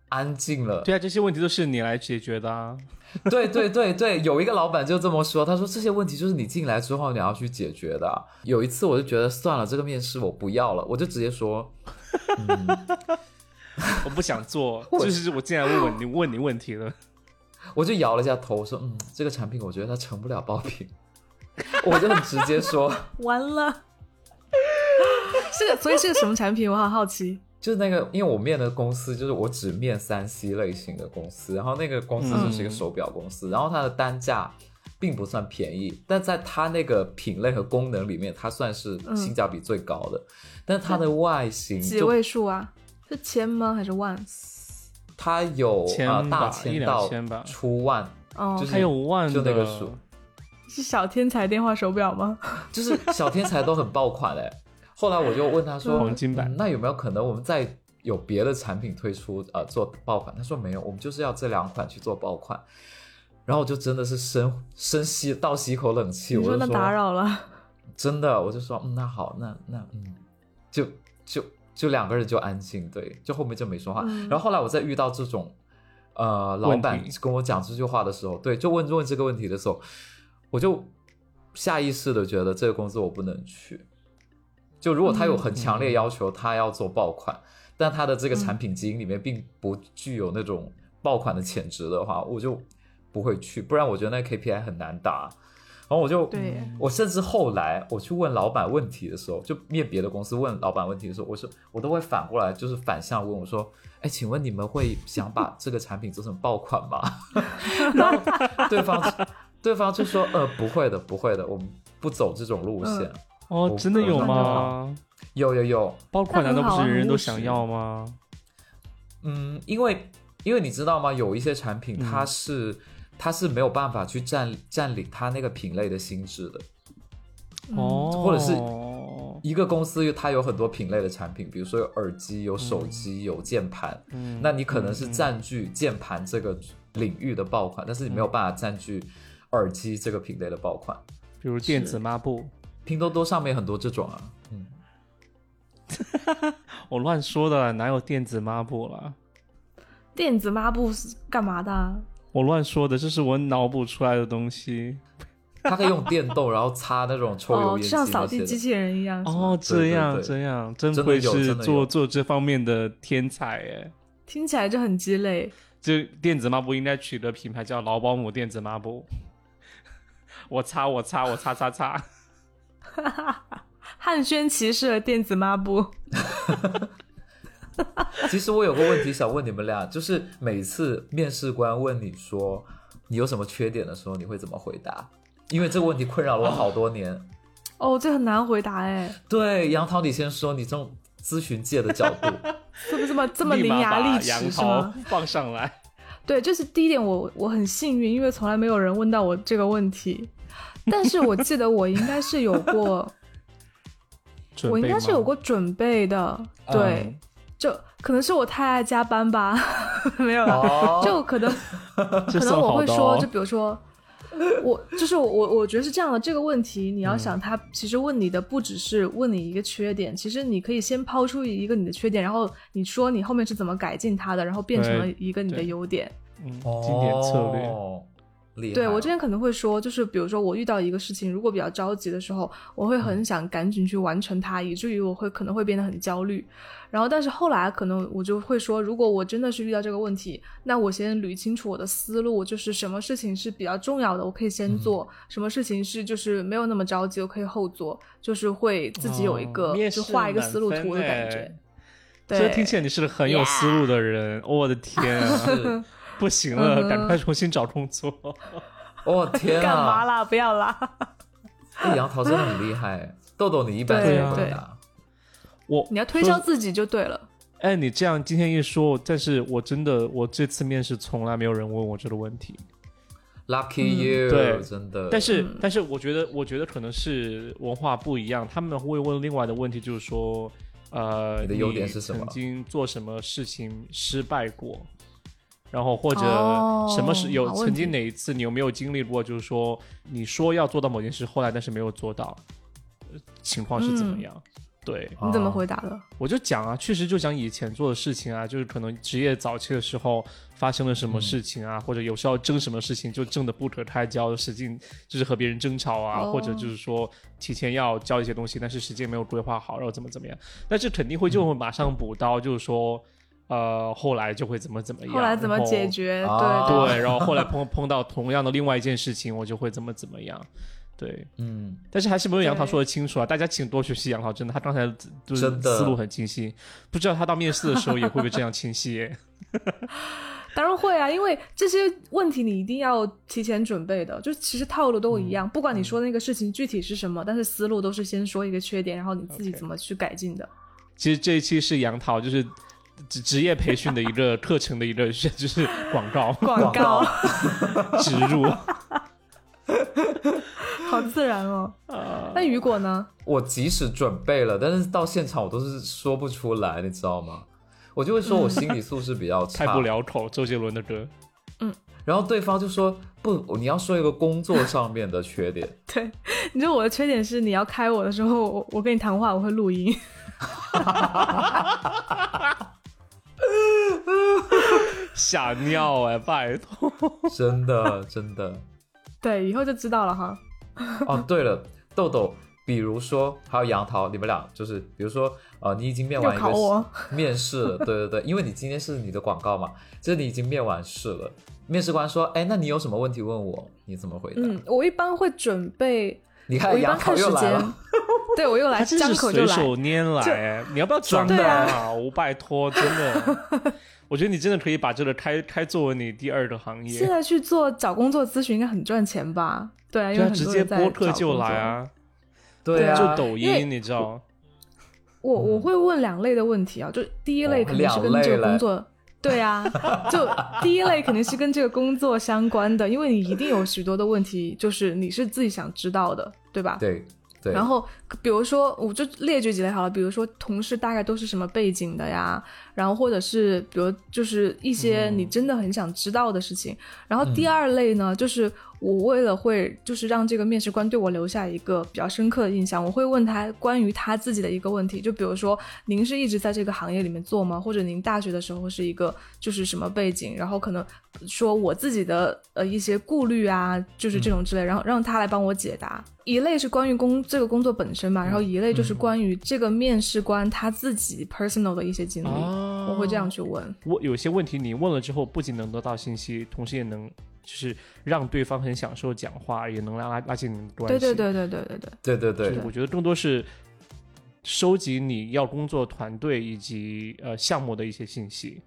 A: 安静了。
B: 对啊，这些问题都是你来解决的啊。
A: 对对对对，有一个老板就这么说，他说这些问题就是你进来之后你要去解决的啊。有一次我就觉得算了，这个面试我不要了，我就直接说，
B: 我不 想做，就是我进来问问你问你问题了。
A: 我就摇了一下头，我说嗯，这个产品我觉得它成不了爆品， 我就很直接说，
C: 完了，是个所以是个什么产品？我好好奇。
A: 就是那个，因为我面的公司就是我只面三 C 类型的公司，然后那个公司就是一个手表公
C: 嗯
A: 司，然后它的单价并不算便宜，但在它那个品类和功能里面，它算是性价比最高的，但它的外形
C: 嗯几
A: 嗯就
C: 位数啊？是千吗？还是万？
A: 它有
B: 千
A: 啊、
B: 吧
A: 大
B: 一
A: 千
B: 两
A: 到
B: 千吧
A: 出万，
C: 哦
A: 就，是
B: 还有万
A: 就
B: 的，
A: 那个数，
C: 是小天才电话手表吗？
A: 就是小天才都很爆款嘞、欸 后来我就问他说，
B: 黄金版
A: 嗯那有没有可能我们再有别的产品推出，呃，做爆款？他说没有，我们就是要这两款去做爆款。然后我就真的是深深吸倒吸一口冷气，
C: 你
A: 我就
C: 那
A: 说
C: 打扰了，
A: 真的，我就说嗯，那好，那那嗯，就就就两个人就安静，对，就后面就没说话。
C: 嗯
A: 然后后来我再遇到这种呃老
B: 问
A: 板
B: 题
A: 跟我讲这句话的时候，对，就问问这个问题的时候，我就下意识的觉得这个公司我不能去。就如果他
C: 嗯
A: 有很强烈要求，他要做爆款，但他的这个
C: 嗯
A: 产品基因里面并不具有那种爆款的潜质的话，我就不会去，不然我觉得那 KPI 很难达。然后我就
C: 对
A: 我甚至后来我去问老板问题的时候，就面别的公司问老板问题的时候，我说我都会反过来就是反向问我说，哎，请问你们会想把这个产品做成爆款吗？ 然后对方对方就说，呃，不会的，不会的，我们不走这种路线。
C: 嗯
B: 哦，真的有吗？
A: 有有有，
B: 包括难道不是人人都想
C: 那很好啊
B: 要吗？
A: 嗯，因为因为你知道吗？有一些产品
B: 嗯
A: 它是、它是没有办法去占占领它那个品类的心智的，
C: 嗯
B: 哦，
A: 或者是一个公司它有很多品类的产品，比如说有耳机、有
C: 嗯
A: 手机、有键盘，
B: 嗯
A: 那你可能是占据键盘这个领域的爆款，但是你没
C: 嗯
A: 有办法占据耳机这个品类的爆款。
B: 比如电子抹布，
A: 拼多多上面很多这种啊，嗯，
B: 我乱说的，哪有电子抹布了？
C: 电子抹布是干嘛的啊？
B: 我乱说的，这是我脑补出来的东西。
A: 它 可以用电动，然后擦那种抽油
C: 哦，
A: 烟机
C: 像扫
A: 那些
C: 地
A: 的
C: 机器人一样。
B: 哦，
A: 对对
B: 这样
A: 对
B: 这样，
A: 真
B: 真
A: 的
B: 不愧
A: 有
B: 是
A: 真的
B: 做
A: 有
B: 做这方面的天才哎！
C: 听起来就很鸡肋。
B: 这电子抹布应该取的品牌叫老保姆电子抹布。我擦我擦我擦擦擦，
C: 汉宣骑士的电子抹布，
A: 其实我有个问题想问你们俩，就是每次面试官问你说你有什么缺点的时候，你会怎么回答？因为这个问题困扰了我好多年。
C: 哦，这很难回答哎，
A: 对，杨桃，你先说，你从咨询界的角度，
C: 这么这么这么
B: 立
C: 伶
B: 马
C: 牙
B: 把
C: 俐
B: 杨
C: 齿是
B: 桃
C: 吗？
B: 放上来。
C: 对，这是第一点我，我很幸运，因为从来没有人问到我这个问题。但是我记得我应该是有过，
B: 准
C: 我应
B: 备
C: 该是有
B: 吗
C: 过准备的，对，
A: 嗯
C: 就可能是我太爱加班吧， 没有啦，
A: 哦，
C: 就 可能
B: 这
C: 呃可
B: 算
C: 能我
B: 好
C: 会
B: 的
C: 说，
B: 哦
C: 就比如说，我就是我我我觉得是这样的，这个问题你
B: 嗯
C: 要想，他其实问你的不只是问你一个缺点，其实你可以先抛出一个你的缺点，然后你说你后面是怎么改进它的，然后变成了
B: 对
C: 一个你的
B: 对
C: 优点。
B: 嗯，经典策略。
A: 哦、厉害。
C: 对我之前可能会说，就是比如说我遇到一个事情，如果比较着急的时候，我
B: 嗯
C: 会很想赶紧去完成它，以至于我会可能会变得很焦虑。然后，但是后来可能我就会说，如果我真的是遇到这个问题，那我先捋清楚我的思路，就是什么事情是比较重要的，我可以
B: 嗯
C: 先做；什么事情是就是没有那么着急，我可以后做，就是会自己有一个、
B: 哦面
C: 就
B: 试
C: 画一个
B: 满
C: 思路
B: 分
C: 图的感
B: 哎
C: 觉。
B: 这
C: 对，
B: 听起来你是个很有思路的人，我的天啊，
A: 是，
B: 不行了，
C: 嗯
B: 赶
C: 哼
B: 快重新找工作。
A: 哦天
C: 干嘛
A: 啊，
C: 啦？不要啦！
A: 哎杨桃真的很厉害。豆豆，你一般
C: 对
A: 怎么回
C: 对
A: 答？
B: 我
C: 你要推销自己就对了。
B: 哎，你这样今天一说，但是我真的，我这次面试从来没有人问我这个问题。
C: 嗯
A: Lucky you，、
B: 对
A: 真的。
B: 但是，但是我觉得，我觉得可能是文化不一样，他们会问另外的问题，就是说，呃，
A: 你的优点是什么
B: 曾经做什么事情失败过？然后或者
C: 哦
B: 什么时有
C: 好问
B: 曾经
C: 题
B: 哪一次你有没有经历过？就是说你说要做到某件事，后来但是没有做到，呃情况是怎么
C: 嗯
B: 样？对，
C: 你怎么回
A: 哦？
C: 答的？
B: 我就讲啊，确实就讲以前做的事情啊，就是可能职业早期的时候发生了什
C: 嗯
B: 么事情啊，或者有时候争什么事情就争得不可开交，使劲就是和别人争吵啊，
C: 哦
B: 或者就是说提前要交一些东西，但是时间没有规划好，然后怎么怎么样，但是肯定会
C: 嗯
B: 就会马上补刀，就是说，呃，后来就会怎么怎么样，
C: 后来怎么
B: 然后
C: 解决？
A: 哦
C: 对对
B: 对，然后后来碰碰到同样的另外一件事情，我就会怎么怎么样，对，
A: 嗯，
B: 但是还是没有杨桃
C: 对
B: 说的清楚啊！大家请多学习杨桃，真的，他刚才就是
A: 真的
B: 思路很清晰，不知道他到面试的时候也会不会这样清晰耶？
C: 当然会啊，因为这些问题你一定要提前准备的。就其实套路都一
B: 嗯
C: 样，不管你说的那个事情具体是什么，但是思路都是先说一个缺点，然后你自己
B: OK
C: 怎么去改进的。
B: 其实这一期是杨桃就是职职业培训的一个课程的一个 就是广告
C: 广告
B: 植入，
C: 好自然哦。 那雨果呢？
A: 我即使准备了，但是到现场我都是说不出来，你知道吗？我就会说我心理素质比较差，
B: 太不了口，周杰伦的歌。
A: 然后对方就说不，你要说一个工作上面的缺点，
C: 对，你知道我的缺点是，你要开我的时候，我我跟你谈话我会录音。
B: 吓尿哎、拜托！
A: 真的真的。
C: 对，以后就知道了哈。
A: 哦，对了，豆豆，比如说还有杨桃，你们俩就是，比如说呃，你已经面完一
C: 又考
A: 个
C: 我
A: 面试了，对对对，因为你今天是你的广告嘛，这你已经面完试了。面试官说：“哎，那你有什么问题问我？你怎么回答？”
C: 嗯，我一般会准备，
A: 你
C: 我
A: 看
C: 一
A: 杨
C: 般
A: 桃
C: 看时
A: 又来
C: 间
A: 了，。
C: 对我又来，
B: 他真
C: 张
B: 是
C: 口
B: 随
C: 就来。
B: 手拈来、哎你要不要装
A: 对
C: 啊
B: 啊？我拜托，真的，我觉得你真的可以把这个开开作为你第二个行业
C: 现。在去做找工作咨询应该很赚钱吧？对啊，因
B: 对
C: 为
B: 啊，
C: 很
B: 直
C: 多
B: 接
C: 人在
B: 播客
C: 找
B: 就
C: 工作
B: 来。啊，
A: 对啊，
B: 就抖
C: 因为
B: 音，你知道？
C: 我我会问两类的问题啊，就第一类
A: 嗯哦
C: 肯定是跟
A: 两类
C: 这个
A: 嘞
C: 工作， 对啊，就第一类肯定是跟这个工作相关的，因为你一定有许多的问题，就是你是自己想知道的，对吧？
A: 对对，
C: 然后比如说，我就列举几类好了，比如说同事大概都是什么背景的呀，然后或者是比如就是一些
A: 嗯
C: 你真的很想知道的事情。然后第二类呢，就是我为了会就是让这个面试官对我留下一个比较深刻的印象，我会问他关于他自己的一个问题，就比如说您是一直在这个行业里面做吗？或者您大学的时候是一个就是什么背景？然后可能说我自己的呃一些顾虑啊，就是这种之类，然后让他来帮我解答。一类是关于工这个工作本身嘛，然后一类就是关于这个面试官他自己 personal 的一些经历，
B: 哦
C: 我会这样去问。
B: 我有些问题你问了之后，不仅能得到信息，同时也能就是让对方很享受讲话，也能拉拉近你们的关系。
C: 对对对对对对对，
A: 对对对
B: 就是我觉得更多是收集你要工作团队以及呃项目的一些信息。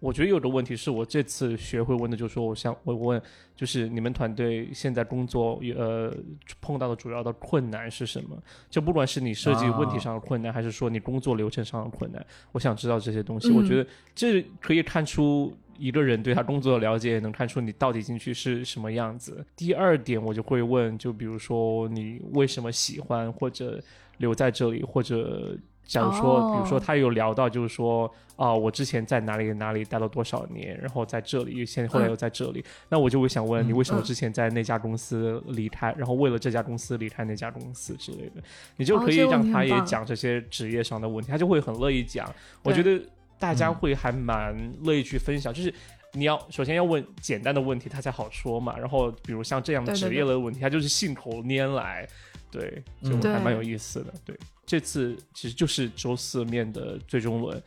B: 我觉得有个问题是我这次学会问的，就是说我想我问，就是你们团队现在工作呃碰到的主要的困难是什么？就不管是你设计问题上的困难，还是说你工作流程上的困难，我想知道这些东西。
C: 嗯
B: 我觉得这可以看出一个人对他工作的了解，也能看出你到底进去是什么样子。第二点，我就会问，就比如说你为什么喜欢或者留在这里，或者假如说，
C: 哦
B: 比如说他有聊到，就是说啊、我之前在哪里哪里待了多少年，然后在这里，现在后来又在这里，那我就会想问你为什么
C: 嗯
B: 之前在那家公司离开，然后为了这家公司离开那家公司之类的，你就
C: 哦
B: 可以
C: 这个问
B: 让
C: 题
B: 他
C: 很
B: 也
C: 棒
B: 讲这些职业上的问题，他就会很乐意讲。我觉
C: 对
B: 得大家会还蛮乐意去分享，就是你要首先要问简单的问题，他才好说嘛。然后比如像这样的
C: 对对
B: 职业类的问题，他就是信口拈来，对，就
A: 嗯
B: 还
C: 对
B: 蛮有意思的。对，这次其实就是周四面的最终轮。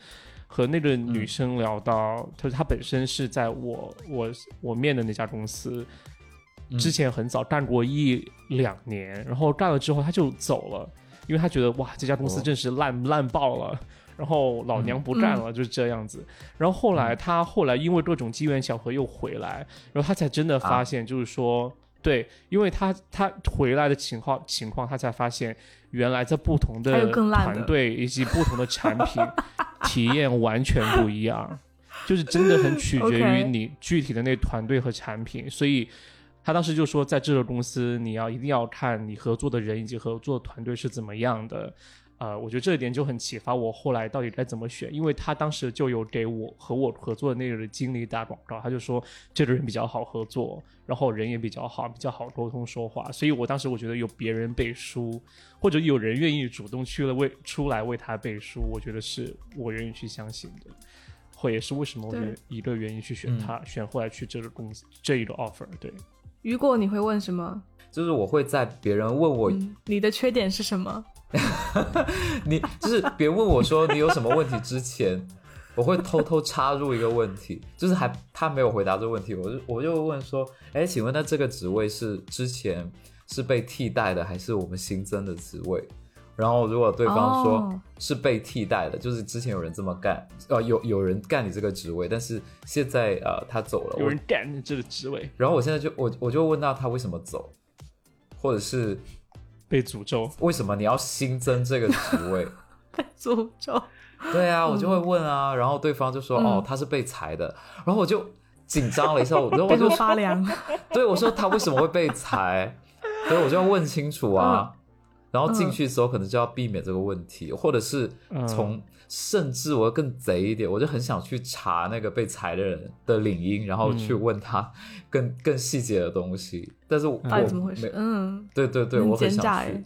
B: 和那个女生聊到，她说她本身是在我我我面的那家公司，
A: 嗯
B: 之前很早干过一两年，然后干了之后她就走了，因为她觉得哇这家公司
A: 哦嗯
B: 真是烂、烂爆了，然后老娘不
C: 嗯
B: 干了，就是这样子。然后后来她后来因为各种机缘巧合又回来，然后她才真
A: 啊
B: 的发现，就是说。对，因为她她回来的情况情况，她才发现原来在不同
C: 还
B: 的
C: 有更烂的
B: 团队以及不同的产 品体验完全不一样，就是真的很取决于
C: OK
B: 你具体的那团队和产品。所以他当时就说，在这个公司，你要一定要看你合作的人以及合作团队是怎么样的。呃，我觉得这一点就很启发我后来到底该怎么选，因为他当时就有给我和我合作的那个经理打广告，他就说这个人比较好合作，然后人也比较好，比较好沟通说话，所以我当时我觉得有别人背书，或者有人愿意主动去了为出来为他背书，我觉得是我愿意去相信的，或也是为什么我
C: 对
B: 愿一个原因去选他，选后来去这个公司这一个 offer，对，
C: 雨果你会问什么？
A: 就是我会在别人问我
C: 嗯，你的缺点是什么？
A: 你就是别人问我说你有什么问题之前，我会偷偷插入一个问题，就是还他没有回答这个问题，我就我就问说，哎，请问那这个职位是之前是被替代的，还是我们新增的职位？然后如果对方说
C: 哦
A: 是被替代的，就是之前有人这么干，呃，有有人干你这个职位，但是现在呃他走了，
B: 有
A: 我
B: 人干这个职位
A: 然后我现在就我我就问到他为什么走，或者是
B: 被诅咒，
A: 为什么你要新增这个职位？
C: 诅咒。
A: 对啊，我就会问啊，然后对方就说、
C: 嗯
A: 哦，他是被裁的，然后我就紧张 了一下，我然 后我
C: 背后
A: 就
C: 发凉，
A: 对我说他为什么会被 裁，所以我就要问清楚啊。
C: 嗯
A: 然后进去的时候可能就要避免这个问题，或者是从、甚至我更贼一点，我就很想去查那个被裁的人的领英，然后去问他更、更细节的东西。但是我我
B: 嗯
C: 到嗯哎底怎么回
A: 没
C: 事？嗯，
A: 对对对，
C: 很
A: 我很
C: 奸
A: 想
C: 诈
A: 去
C: 欸，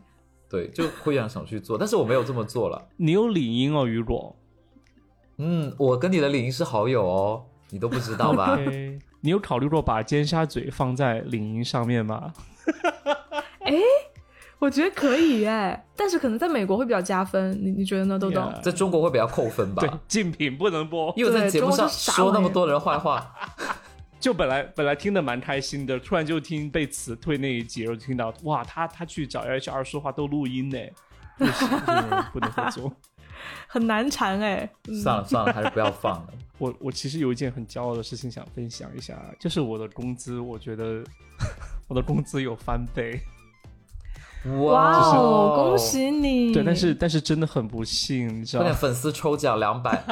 A: 对，就会想想去做，但是我没有这么做了。
B: 你有理应哦，雨果，
A: 嗯，我跟你的领英是好友哦，你都不知道吧？
B: OK 你有考虑过把尖沙咀放在领英上面吗？
C: 我觉得可以哎，但是可能在美国会比较加分，你你觉得呢，豆豆
B: Yeah
A: 在中国会比较扣分
B: 对
A: 吧？，
B: 竞品不能播。
A: 因为我在节目上
C: 对中国是啥
A: 说那么
C: 玩意儿
A: 多人坏话，
B: 就本来本来听得蛮开心的，突然就听被辞退那一集，然后听到哇，他他去找 HR 说话都录音呢，不行，嗯不能合作。
C: 很难缠哎。 嗯
A: 算了算了，还是不要放了。
B: 我我其实有一件很骄傲的事情想分享一下，就是我的工资，我觉得 我的工资有翻倍。
C: 哇
A: 就是
C: 哦，恭！喜你！嗯
B: 对，但是但是真的很不幸，你知道
A: 快点，
B: 吗？
A: 粉丝抽奖两百，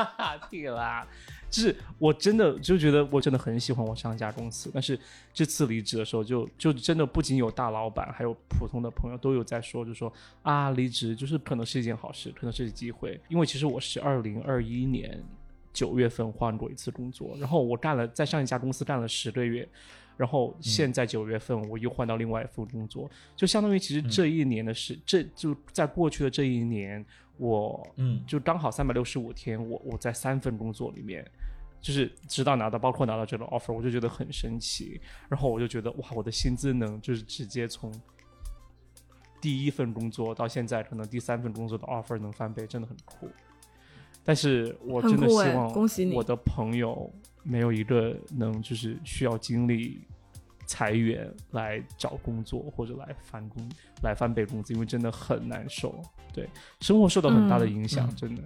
B: 对啦，就是我真的就觉得我真的很喜欢我上一家公司，但是这次离职的时候就，就真的不仅有大老板，还有普通的朋友都有在说，就说啊，离职就是可能是一件好事，可能是机会，因为其实我是二零二一年九月份换过一次工作，然后我干了在上一家公司干了十个月。然后现在九月份我又换到另外一份工作，就相当于其实这一年的事，这就在过去的这一年，我
A: 嗯
B: 就刚好三百六十五天，我我在三份工作里面，就是直到拿到包括拿到这个 offer，我就觉得很神奇，然后我就觉得哇，我的薪资能就是直接从第一份工作到现在可能第三份工作的 offer 能翻倍，真的很酷。但是我真的
C: 很
B: 希
C: 酷欸
B: 望
C: 恭喜你
B: 我的朋友没有一个能就是需要经历裁员来找工作或者来翻工来翻倍工资，因为真的很难受。对，生活受到很大的影响，
A: 嗯
B: 真的。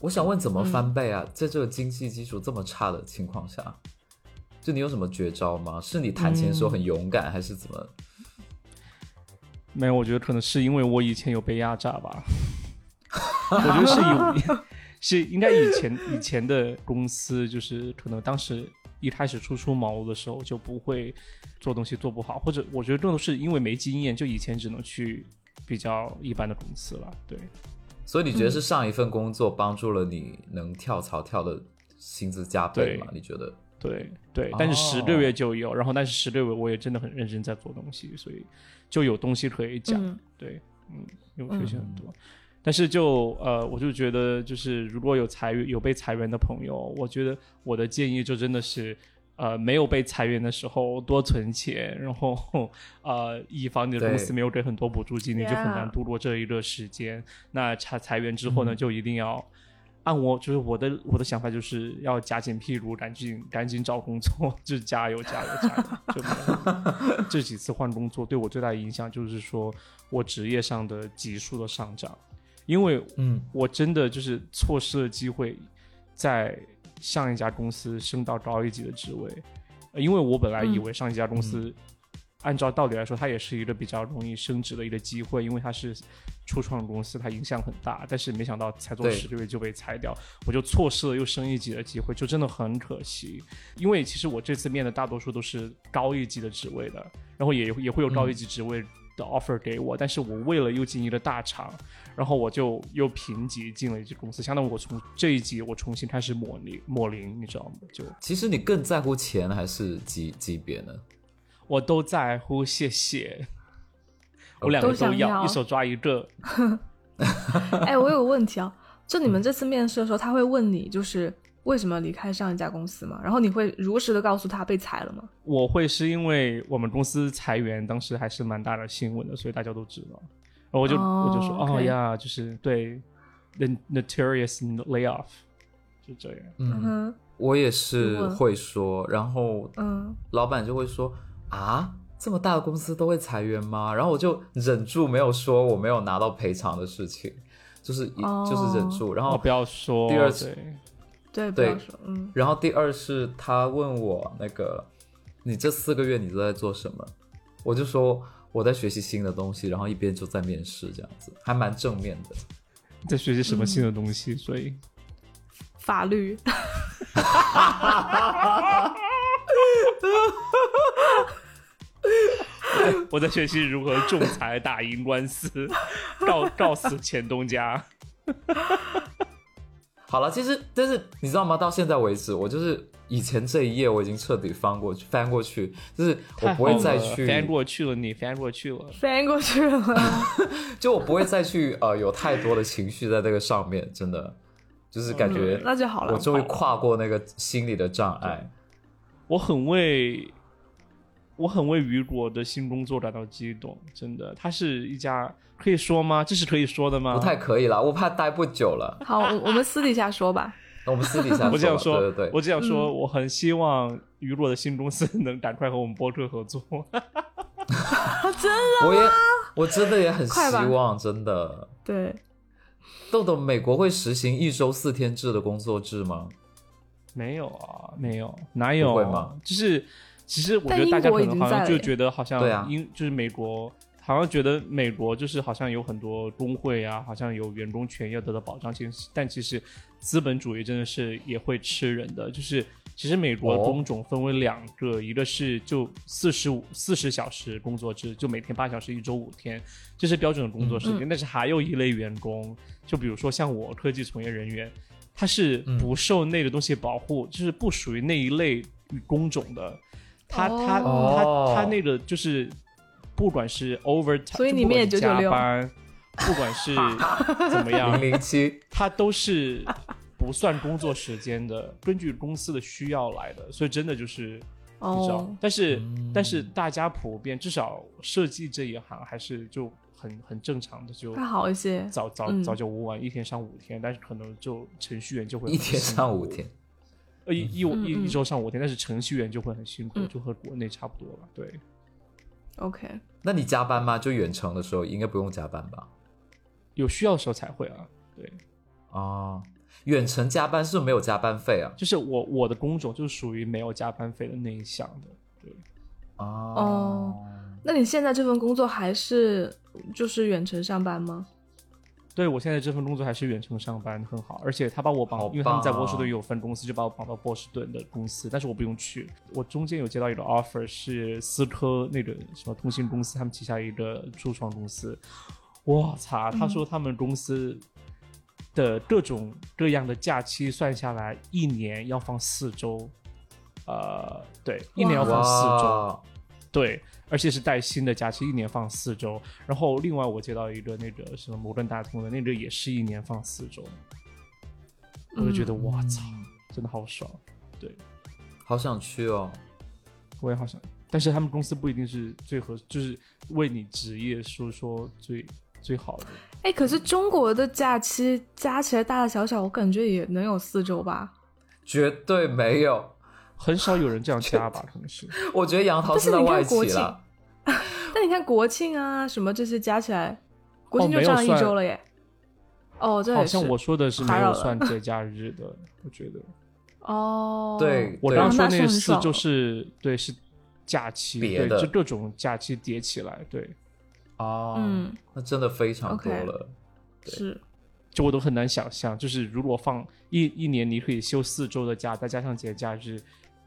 A: 我想问，怎么
C: 嗯
A: 翻倍啊？在这个经济基础这么差的情况下，就你有什么绝招吗？是你弹琴的时
C: 嗯
A: 候很勇敢，还是怎么？
B: 没有，我觉得可能是因为我以前有被压榨吧。 我觉得是以 是应该以前以前的公司，就是可能当时一开始初出茅庐的时候就不会做东西做不好，或者我觉得更多是因为没经验，就以前只能去比较一般的公司了。对，
A: 所以你觉
C: 嗯
A: 得是上一份工作帮助了你能跳槽跳的薪资加倍吗？你觉得？
B: 对对，但是十个月就有，然后但是十个月我也真的很认真在做东西，所以就有东西可以 讲。
C: 嗯
B: 对，嗯，有学习很多。但是就呃，我就觉得就是如果有裁员有被裁员的朋友，我觉得我的建议就真的是。呃，没有被裁员的时候多存钱，然后 呃，以防你的公司
A: 对
B: 没有给很多补助金，你就很
C: Yeah
B: 难度过这一个时间。那裁裁员之后呢，就一定要按我就是我的我的想法就是要夹紧屁股，赶紧赶紧找工作， 就是加油加油加油！就没有这几次换工作对我最大的影响就是说我职业上的急速的上涨，因为
A: 嗯，
B: 我真的就是错失了机会，在上一家公司升到高一级的职位，呃因为我本来以为上一家公司，按照道理来说，它也是一个比较容易升职的一个机会，因为它是初创公司，它影响很大。但是没想到才做
A: 对
B: 十个月就被裁掉，我就错失了又升一级的机会，就真的很可惜。因为其实我这次面的大多数都是高一级的职位的，然后也也会有高一级职位的 offer 给我，但是我为了又进一个大厂，然后我就又评级进了一级公司，相当于我从这一级我重新开始抹零抹零，你知道吗？就
A: 其实你更在乎钱还是级级别呢？
B: 我都在乎，谢谢。
A: 哦
B: 我两个
C: 都
B: 都
C: 想要
B: 一手抓一个。
C: 哎，我有个问题啊，就你们这次面试的时候，他会问你就是为什么离开上一家公司吗？然后你会如实的告诉他被裁了吗？
B: 我会是因为我们公司裁员，当时还是蛮大的新闻的，所以大家都知道。然后我就、
C: 哦
B: 我就说，哦
C: OK
B: 呀，就是对，the notorious layoff，就这样。
C: 嗯哼，
A: 我也是
C: 我
A: 会说，然后
C: 嗯，
A: 老板就会说啊，这么大的公司都会裁员吗？然后我就忍住没有说我没有拿到赔偿的事情，就是一、
C: 哦
A: 就是忍住。然
B: 哦，
A: 后
B: 不要说
A: 第二次
B: 对
C: 对，不
A: 对
C: 要说，嗯，
A: 然后第二是他问我那个，你这四个月你都在做什么？我就说我在学习新的东西，然后一边就在面试，这样子还蛮正面的。
B: 在学习什么新的东西，所以
C: 法律，
B: 我在学习如何仲裁、打赢 官司，告告死前东家。
A: 好了，其实但是你知道吗？到现在为止，我就是以前这一页我已经彻底翻过去，翻过去，就是我不会再去
B: 翻过去了你，翻过去了。
C: 翻过去了，
A: 就我不会再去呃有太多的情绪在那个上面，真的就是感觉
C: 嗯那就好 了。嗯
A: 我终于 跨过那个心理的障碍。
B: 我很为我很为雨果的新工作感到激动，真的，它是一家可以说吗？这是可以说的吗？
A: 不太，可以啦，我怕待不久了。
C: 好，我我们私底下说吧。
A: 那我们私底下
B: 我只
A: 吧
B: 想说，
A: 对对嗯对，
B: 我只想说，我很希望雨果的新公司能赶快和我们播客合作。
A: 我也我真的也很希
C: 快吧
A: 望，真的。
C: 对，
A: 豆豆，美国会实行一周四天制的工作制吗？
B: 没有啊，没有，哪有？
A: 不会吗？
B: 就是其实我觉
C: 但
B: 得大家
C: 英国
B: 可
C: 已
B: 能
C: 经
B: 好像
C: 在
B: 就
C: 了耶
B: 觉得好像
A: 对啊
B: 英就是美国。好像觉得美国就是好像有很多工会啊，好像有员工权要得到保障，其实但其实资本主义真的是也会吃人的，就是其实美国
A: 哦
B: 工种分为两个，一个是就四十五四十小时工作制，就每天八小时，一周五天，这是标准的工作时
A: 嗯
C: 嗯
B: 间，但是还有一类员工，就比如说像我科技从业人员，他是不受那个东西保护，就是不属于那一类工种的。他他
A: 哦
B: 他他那个就是，不管是 overtime，
C: 所以你们也
B: 就不管是
C: 996
B: 加班，不管是 怎么样
A: 零，零七，
B: 它都是不算工作时间的， 根据公司的需要来的，所以真的就是你知道，
C: 哦，
B: 但是、
A: 嗯
B: 但是大家普遍至少设计这一行还是就很很正常的就。
C: 它好一些。
B: 早早
C: 嗯
B: 早九五晚，一天上五天，但是可能就程序员就会
A: 一
B: 很
A: 天
B: 辛
A: 上
B: 苦
A: 五天，
B: 呃一一
C: 嗯
B: 一
C: 嗯
B: 一周上五天，但是程序员就会很辛苦，
C: 嗯
B: 就和国内差不多吧。对，
C: OK，
A: 那你加班吗？就远程的时候应该不用加班吧？
B: 有需要的时候才会啊。对，
A: 哦，远程加班是没有加班费啊？
B: 就是我我的工种就是属于没有加班费的那一项的。对，
A: 哦，
C: 那你现在这份工作还是就是远程上班吗？
B: 对我现在这份工作还是远程上班很好，而且他把我绑
A: 好，
B: 因为他们在
A: 棒啊
B: 波士顿有分公司，就把我绑到波士顿的公司，但是我不用去。我中间有接到一个 offer 是思科那个什么通信公司，他们旗下一个初创公司。我擦，他说他们公司的各种各样的假期算下来，一年要放四周。呃，对，一年要放四周。
A: 哇，
B: 对，而且是带薪的假期，一年放四周。然后另外我接到一个那个什么摩根大通的那个也是一年放四周，我就觉
C: 嗯
B: 得我操，真的好爽。对，
A: 好想去哦。
B: 我也好想，但是他们公司不一定是最合，就是为你职业说说最最好的。
C: 哎，可是中国的假期加起来大大小小，我感觉也能有四周吧。
A: 绝对没有，
B: 很少有人这样加 吧，可能是。
A: 我觉得杨桃
C: 但是
A: 在
C: 你
A: 外
C: 看国
A: 企
C: 庆
A: 了。
C: 但你看国庆啊什么这些加起来，国
B: 哦
C: 庆就
B: 没有
C: 占了一
B: 算
C: 周了耶。哦，这
B: 好
C: 也是
B: 像我说的是没
C: 打扰
B: 有
C: 了
B: 算节假日的，我觉得。
C: 哦，
A: 对
B: 我刚刚
C: 哦
B: 说
C: 那是
B: 个
C: 很
B: 四
C: 爽
B: 就
C: 了
B: 是对是假期，
A: 别
B: 对，
A: 的
B: 就各种假期叠起来，对。
A: 哦，
C: 嗯，
A: 那真的非常多
C: OK
A: 了。
C: 是
B: 就我都很难想象，就是如果放一一年，你可以休四周的假，再加上节假日，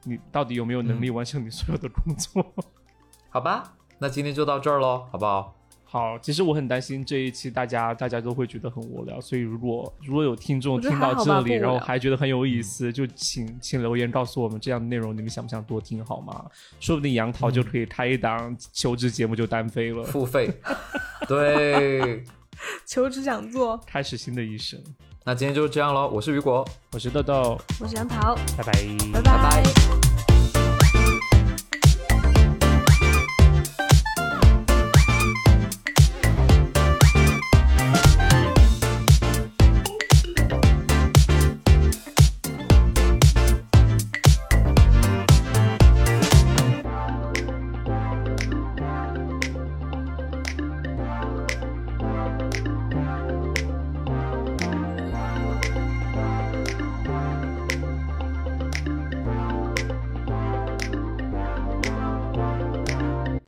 B: 你到底有没有能力完成你所有的工作？
A: 好吧，那今天就到这儿喽，好不好？
B: 好，其实我很担心这一期大家大家都会觉得很无聊，所以如果如果有听众
C: 我觉得
B: 听
C: 还
B: 到
C: 好
B: 这
C: 吧
B: 里，
C: 不无
B: 然后
C: 聊
B: 还觉得很有意思，就请请留言告诉我们这样的内容你们想不想多听好吗？说不定杨桃就可以开一档求职节目就单飞了，
A: 付费， 对，
C: 求职讲座，
B: 开始新的一生。
A: 那今天就是这样喽。我是雨果，
B: 我是豆豆，
C: 我是杨桃，
B: 拜拜
C: 拜
A: 拜
C: 拜